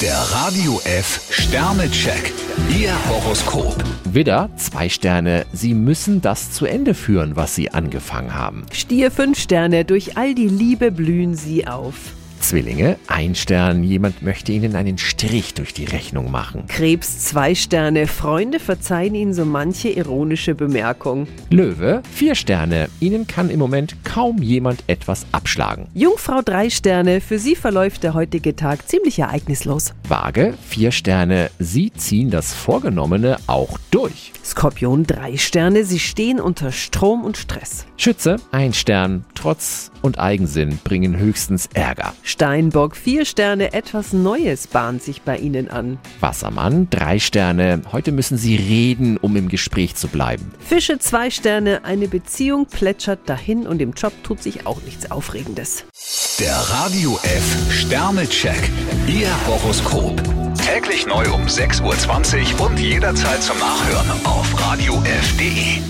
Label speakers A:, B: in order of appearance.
A: Der Radio F Sternecheck. Ihr Horoskop.
B: Widder, zwei Sterne. Sie müssen das zu Ende führen, was Sie angefangen haben.
C: Stier 5 Sterne, durch all die Liebe blühen sie auf.
B: Zwillinge, ein Stern. Jemand möchte Ihnen einen Strich durch die Rechnung machen.
C: Krebs 2 Sterne, Freunde verzeihen ihnen so manche ironische Bemerkung.
B: Löwe, vier Sterne. Ihnen kann im Moment kaum jemand etwas abschlagen.
C: Jungfrau 3 Sterne, für sie verläuft der heutige Tag ziemlich ereignislos.
B: Waage, vier Sterne. Sie ziehen das Vorgenommene auch durch.
C: Skorpion 3 Sterne, sie stehen unter Strom und Stress.
B: Schütze, ein Stern. Trotz und Eigensinn bringen höchstens Ärger.
C: Steinbock 4 Sterne, etwas Neues bahnt sich bei ihnen an.
B: Wassermann, drei Sterne. Heute müssen Sie reden, um im Gespräch zu bleiben.
C: Fische 2 Sterne, eine Beziehung plätschert dahin und im Job tut sich auch nichts Aufregendes.
A: Der Radio F Sternecheck. Ihr Horoskop. Täglich neu um 6.20 Uhr und jederzeit zum Nachhören auf Radio radiof.de.